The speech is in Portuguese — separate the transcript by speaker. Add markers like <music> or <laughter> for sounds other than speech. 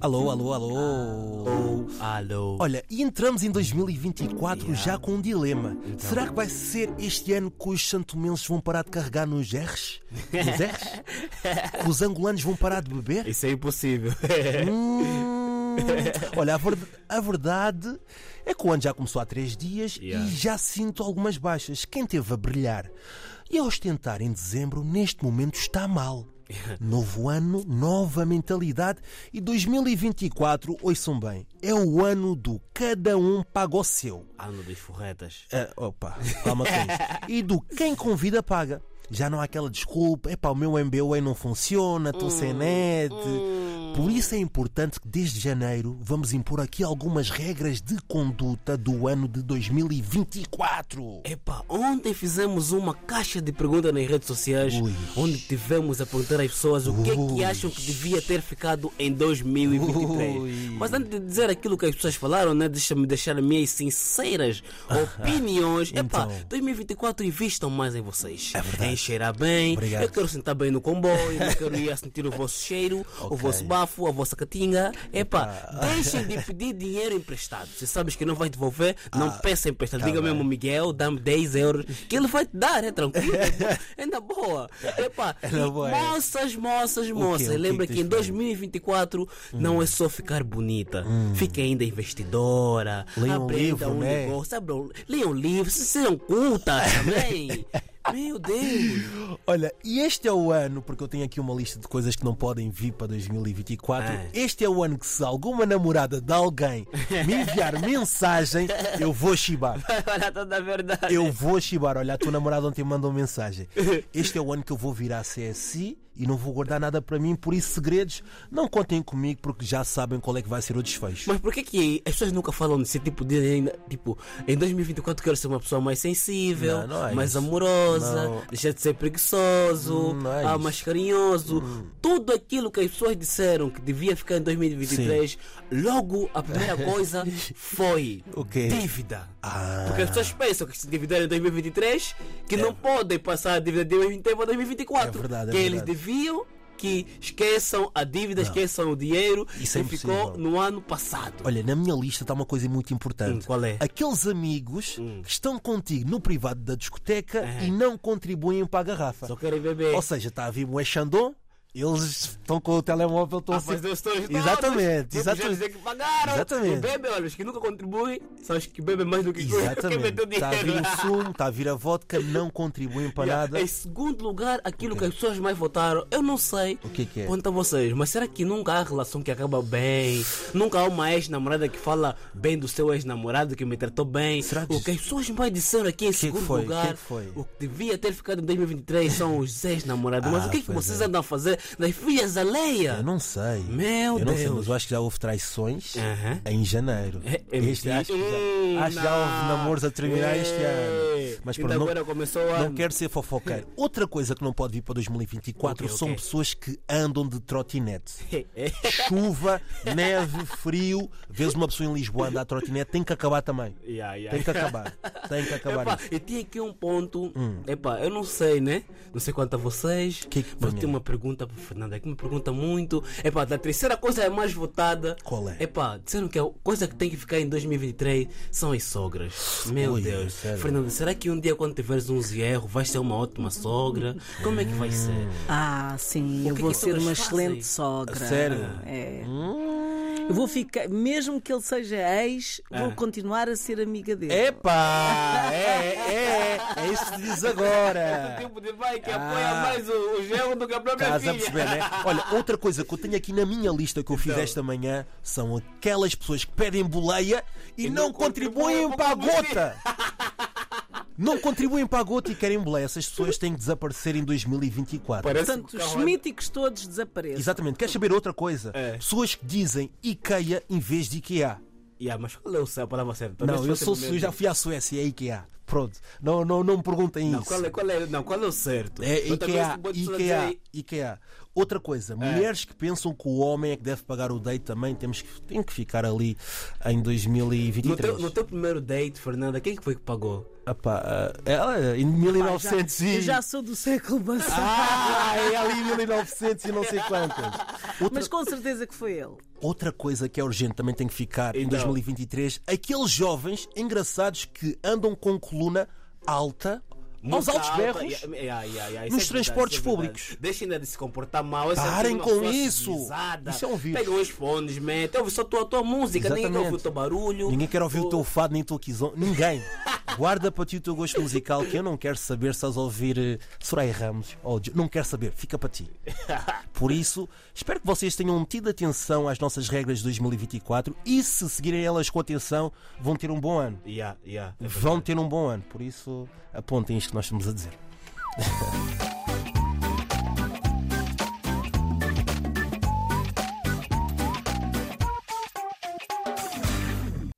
Speaker 1: Alô, alô, alô.
Speaker 2: Alô.
Speaker 1: Olha, e entramos em 2024 já com um dilema. Será que vai ser este ano que os santomenses vão parar de carregar nos R's? Nos R's? que os angolanos vão parar de beber?
Speaker 2: Isso é impossível. <laughs>
Speaker 1: Hum, Olha, a, verd- a verdade é que o ano já começou há três dias
Speaker 2: Yeah.
Speaker 1: e já sinto algumas baixas. Quem teve a brilhar e a ostentar em dezembro, neste momento está mal. Novo ano, nova mentalidade e 2024, ouçam bem, é o ano do cada um paga o seu.
Speaker 2: Ano das forretas.
Speaker 1: Ah, opa, calma com isso. E do quem convida paga. Já não há aquela desculpa, epá, o meu MBA não funciona, estou sem net. Por isso é importante que desde janeiro vamos impor aqui algumas regras de conduta do ano de 2024.
Speaker 2: Epá, ontem fizemos uma caixa de perguntas nas redes sociais
Speaker 1: Ui.
Speaker 2: onde tivemos a perguntar às pessoas o que é
Speaker 1: Ui.
Speaker 2: que acham que devia ter ficado em 2023.
Speaker 1: Ui.
Speaker 2: Mas antes de dizer aquilo que as pessoas falaram, né, deixa-me deixar
Speaker 1: <laughs>
Speaker 2: minhas sinceras opiniões. Epá,
Speaker 1: Então.
Speaker 2: 2024 investam mais em vocês. É em cheirar bem.
Speaker 1: Obrigado.
Speaker 2: Eu quero sentar bem no comboio, eu quero ir a sentir o vosso cheiro, o
Speaker 1: Ok.
Speaker 2: vosso bafo, a vossa catinga. Epá, deixem de pedir dinheiro emprestado. Se sabes que não vai devolver,
Speaker 1: Ah,
Speaker 2: não peça emprestado.
Speaker 1: tá
Speaker 2: Diga mesmo, Miguel, dá-me 10 euros, que ele vai te dar, é tranquilo. é na boa. Epá,
Speaker 1: <laughs> É na
Speaker 2: e
Speaker 1: boa, é.
Speaker 2: moças, moças,
Speaker 1: O quê?
Speaker 2: moças.
Speaker 1: O
Speaker 2: Lembra
Speaker 1: que Hum.
Speaker 2: que,
Speaker 1: é que
Speaker 2: em
Speaker 1: tens feito?
Speaker 2: 2024 não é só ficar bonita. Fique ainda investidora.
Speaker 1: Hum. Leia um
Speaker 2: aprenda
Speaker 1: livro,
Speaker 2: um
Speaker 1: né?
Speaker 2: negócio. abra um- Leia um livro, se sejam cultas
Speaker 1: <laughs>
Speaker 2: também. Meu Deus.
Speaker 1: Olha, e este é o ano, porque eu tenho aqui uma lista de coisas que não podem vir para 2024.
Speaker 2: Ah.
Speaker 1: Este é o ano que, se alguma namorada de alguém me enviar <laughs> mensagem, eu vou chibar.
Speaker 2: <laughs> Olha toda a verdade.
Speaker 1: Eu vou chibar. Olha, a tua namorada ontem mandou mensagem. Este é o ano que eu vou vir à CSI e não vou guardar nada para mim, por isso, segredos, não contem comigo porque já sabem qual é que vai ser o desfecho.
Speaker 2: Mas por que que as pessoas nunca falam desse tipo de ainda? Tipo, em 2024 quero ser uma pessoa mais sensível,
Speaker 1: Não, não é
Speaker 2: mais
Speaker 1: isso.
Speaker 2: amorosa,
Speaker 1: Não.
Speaker 2: deixar de ser preguiçoso,
Speaker 1: Hum, não é
Speaker 2: ah,
Speaker 1: isso. Hum.
Speaker 2: mais carinhoso. Tudo aquilo que as pessoas disseram que devia ficar em 2023, logo
Speaker 1: <laughs>
Speaker 2: a primeira coisa foi
Speaker 1: O quê?
Speaker 2: dívida.
Speaker 1: Ah.
Speaker 2: Porque as pessoas pensam que se endividaram em 2023, que não podem passar a dívida de 2023 para 2024.
Speaker 1: É verdade, é
Speaker 2: que eles
Speaker 1: verdade.
Speaker 2: deviam que esqueçam a dívida, esqueçam o dinheiro
Speaker 1: Isso é
Speaker 2: que ficou
Speaker 1: impossível.
Speaker 2: no ano passado.
Speaker 1: Olha, na minha lista está uma coisa muito importante.
Speaker 2: Hum, qual é? Hum.
Speaker 1: Aqueles amigos que estão contigo no privado da discoteca e não contribuem para a garrafa.
Speaker 2: Só querem beber.
Speaker 1: Ou seja, está a vir um Xandon, eles estão com o telemóvel, estão
Speaker 2: a
Speaker 1: assim.
Speaker 2: fazer os stories todos.
Speaker 1: Exatamente,
Speaker 2: Vamos já
Speaker 1: exatamente.
Speaker 2: dizer que <laughs> pagaram.
Speaker 1: Exatamente.
Speaker 2: E bebe, olha, os que nunca contribuem são os que bebem mais do que <laughs> quem
Speaker 1: Exatamente. Tá
Speaker 2: meteu
Speaker 1: Está a vir
Speaker 2: dinheiro.
Speaker 1: o sumo, está a vir a vodka, não contribuem
Speaker 2: <laughs>
Speaker 1: para nada.
Speaker 2: Em segundo lugar, aquilo que as pessoas mais votaram, eu não sei
Speaker 1: O que que é?
Speaker 2: quanto a vocês, mas será que nunca há relação que acaba bem? Nunca há uma ex-namorada que fala bem do seu ex-namorado que me tratou bem?
Speaker 1: Será que-
Speaker 2: O que as pessoas mais disseram aqui em segundo
Speaker 1: foi?
Speaker 2: lugar,
Speaker 1: Que que foi?
Speaker 2: o que devia ter ficado em 2023 são os ex-namorados. mas
Speaker 1: Ah,
Speaker 2: o que, é que
Speaker 1: pois
Speaker 2: vocês
Speaker 1: é.
Speaker 2: andam a fazer nas filhas alheias?
Speaker 1: Eu não sei.
Speaker 2: Meu
Speaker 1: eu não sei,
Speaker 2: Deus.
Speaker 1: mas eu acho que já houve traições
Speaker 2: Aham.
Speaker 1: em janeiro.
Speaker 2: É, é
Speaker 1: este, acho que
Speaker 2: Hum,
Speaker 1: já, acho que já houve
Speaker 2: não.
Speaker 1: namoros a terminar este
Speaker 2: Ei,
Speaker 1: ano. Mas
Speaker 2: ainda
Speaker 1: pronto, não,
Speaker 2: agora começou a.
Speaker 1: não quero ser fofoqueiro. Outra coisa que não pode vir para 2024
Speaker 2: Ok,
Speaker 1: são
Speaker 2: ok.
Speaker 1: pessoas que andam de trotinete.
Speaker 2: <laughs> É, <laughs>
Speaker 1: Chuva, neve, frio. Vês uma pessoa em Lisboa andar de trotinete, tem que acabar também.
Speaker 2: yeah, yeah.
Speaker 1: Tem que acabar. Tem que acabar.
Speaker 2: Epá,
Speaker 1: isso.
Speaker 2: e tem aqui um ponto. Epá, eu não sei, né? Não sei quanto a vocês.
Speaker 1: Hum. Que que
Speaker 2: mas
Speaker 1: tem
Speaker 2: tem
Speaker 1: aí?
Speaker 2: uma pergunta para Fernanda que me pergunta muito. Epá, da terceira coisa é mais votada.
Speaker 1: Qual é?
Speaker 2: Epá, disseram que a coisa que tem que ficar em 2023 são as sogras. Meu
Speaker 1: Ui,
Speaker 2: Deus.
Speaker 1: sério?
Speaker 2: Fernanda, será que um dia quando tiveres uns erros vais ser uma ótima sogra? Como é que vai ser?
Speaker 3: Ah, sim, eu
Speaker 2: que
Speaker 3: vou
Speaker 2: que
Speaker 3: ser uma
Speaker 2: elas fazem?
Speaker 3: excelente sogra.
Speaker 1: A sério? Hum.
Speaker 3: É. Eu vou ficar, mesmo que ele seja ex, vou
Speaker 1: Ah.
Speaker 3: continuar a ser amiga dele.
Speaker 1: É, Epá! É, é, é isso que se diz agora.
Speaker 2: Tipo de vai que
Speaker 1: Ah.
Speaker 2: apoia mais o, os erros do que a própria
Speaker 1: Estás a
Speaker 2: filha. Então.
Speaker 1: perceber, né? Olha, outra coisa que eu tenho aqui na minha lista que eu fiz esta manhã são aquelas pessoas que pedem boleia e, não,
Speaker 2: não
Speaker 1: contribuem,
Speaker 2: contribuem
Speaker 1: para a
Speaker 2: para o
Speaker 1: gota. <laughs> não contribuem para a gota e querem boleia. Essas pessoas têm que desaparecer em 2024.
Speaker 2: Parece
Speaker 3: Portanto,
Speaker 2: que o
Speaker 3: os
Speaker 2: carro-
Speaker 3: míticos todos desaparecem.
Speaker 1: Exatamente. Queres saber outra coisa?
Speaker 2: É.
Speaker 1: Pessoas que dizem IKEA em vez de IKEA.
Speaker 2: Yeah, mas qual é o céu, a palavra certa?
Speaker 1: Não,
Speaker 2: Neste
Speaker 1: eu
Speaker 2: exato
Speaker 1: sou eu
Speaker 2: momento.
Speaker 1: já fui à Suécia, é IKEA. Pronto. Não, não, não me perguntem
Speaker 2: Não,
Speaker 1: isso.
Speaker 2: qual é, qual é, não, qual é o certo?
Speaker 1: É
Speaker 2: Eu também
Speaker 1: IKEA,
Speaker 2: sou boa de
Speaker 1: IKEA,
Speaker 2: fazer-
Speaker 1: IKEA. Outra
Speaker 2: É.
Speaker 1: coisa, mulheres que pensam que o homem é que deve pagar o date também, temos que, tem que ficar ali em
Speaker 2: No
Speaker 1: 2023.
Speaker 2: teu, no teu primeiro date, Fernanda, quem que foi que pagou?
Speaker 1: Epá, ah, ela, em
Speaker 3: Pá, já-
Speaker 1: 1900 e...
Speaker 3: eu já sou do século passado.
Speaker 1: Ah, é ali em 1900 e não sei quantas. Outra,
Speaker 3: Mas com certeza que foi ele.
Speaker 1: outra coisa que é urgente também tem que ficar em
Speaker 2: Então.
Speaker 1: 2023, aqueles jovens engraçados que andam com coluna alta aos
Speaker 2: Muito
Speaker 1: altos
Speaker 2: alta,
Speaker 1: berros.
Speaker 2: yeah, yeah, yeah, yeah, isso
Speaker 1: nos
Speaker 2: é verdade,
Speaker 1: transportes
Speaker 2: isso é verdade.
Speaker 1: públicos.
Speaker 2: Deixem ainda de se comportar mal. essa
Speaker 1: Parem
Speaker 2: gente é uma
Speaker 1: com
Speaker 2: pessoa
Speaker 1: isso.
Speaker 2: civilizada.
Speaker 1: Isso é um vírus.
Speaker 2: Pegam os fones, metem. Ouve só a tua, a tua música. Ninguém
Speaker 1: Exatamente.
Speaker 2: quer ouvir o teu barulho.
Speaker 1: Ninguém quer ouvir o
Speaker 2: Oh,
Speaker 1: teu fado nem o teu quizão. Ninguém. Guarda para ti o teu gosto musical que eu não quero saber se estás a ouvir eh, Soraya Ramos ou Jo- não quero saber, fica para ti. Por isso, espero que vocês tenham tido atenção às nossas regras de 2024 e se seguirem elas com atenção, vão ter um bom ano.
Speaker 2: Yeah, yeah.
Speaker 1: Vão ter um bom ano, por isso apontem isto que nós estamos a dizer.